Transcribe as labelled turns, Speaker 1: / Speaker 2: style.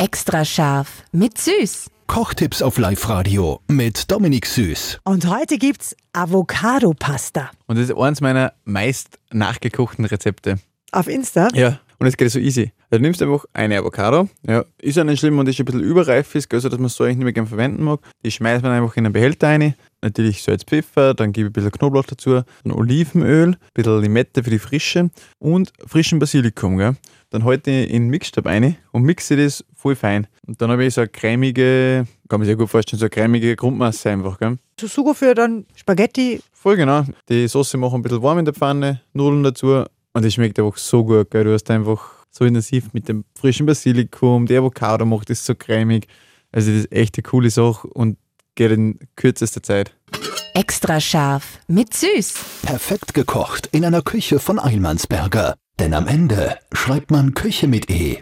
Speaker 1: Extra scharf mit süß.
Speaker 2: Kochtipps auf Live-Radio mit Dominik Süß.
Speaker 3: Und heute gibt's Avocado-Pasta.
Speaker 4: Und das ist eins meiner meist nachgekochten Rezepte.
Speaker 3: Auf Insta?
Speaker 4: Ja. Und es geht so easy. Also Du nimmst einfach eine Avocado, ja, ist ja nicht schlimm und ist ein bisschen überreif, ist größer, dass man es so eigentlich nicht mehr gern verwenden mag. Die schmeißt man einfach in einen Behälter rein. Natürlich Salz, Pfeffer, dann gebe ich ein bisschen Knoblauch dazu, dann Olivenöl, ein bisschen Limette für die Frische und frischen Basilikum. Gell. Dann halte ich in den Mixstab rein und mixe das voll fein. Und dann habe ich so eine cremige, kann man sich ja gut vorstellen, so eine cremige Grundmasse einfach. Gell.
Speaker 3: So Sugo für dann Spaghetti.
Speaker 4: Voll genau. Die Soße machen ein bisschen warm in der Pfanne, Nudeln dazu und das schmeckt einfach so gut. Gell. Du hast einfach so intensiv mit dem frischen Basilikum, die Avocado macht es so cremig. Also das ist echt eine coole Sache und geht in kürzester Zeit.
Speaker 1: Extra scharf mit süß.
Speaker 2: Perfekt gekocht in einer Küche von Eilmannsberger. Denn am Ende schreibt man Küche mit E.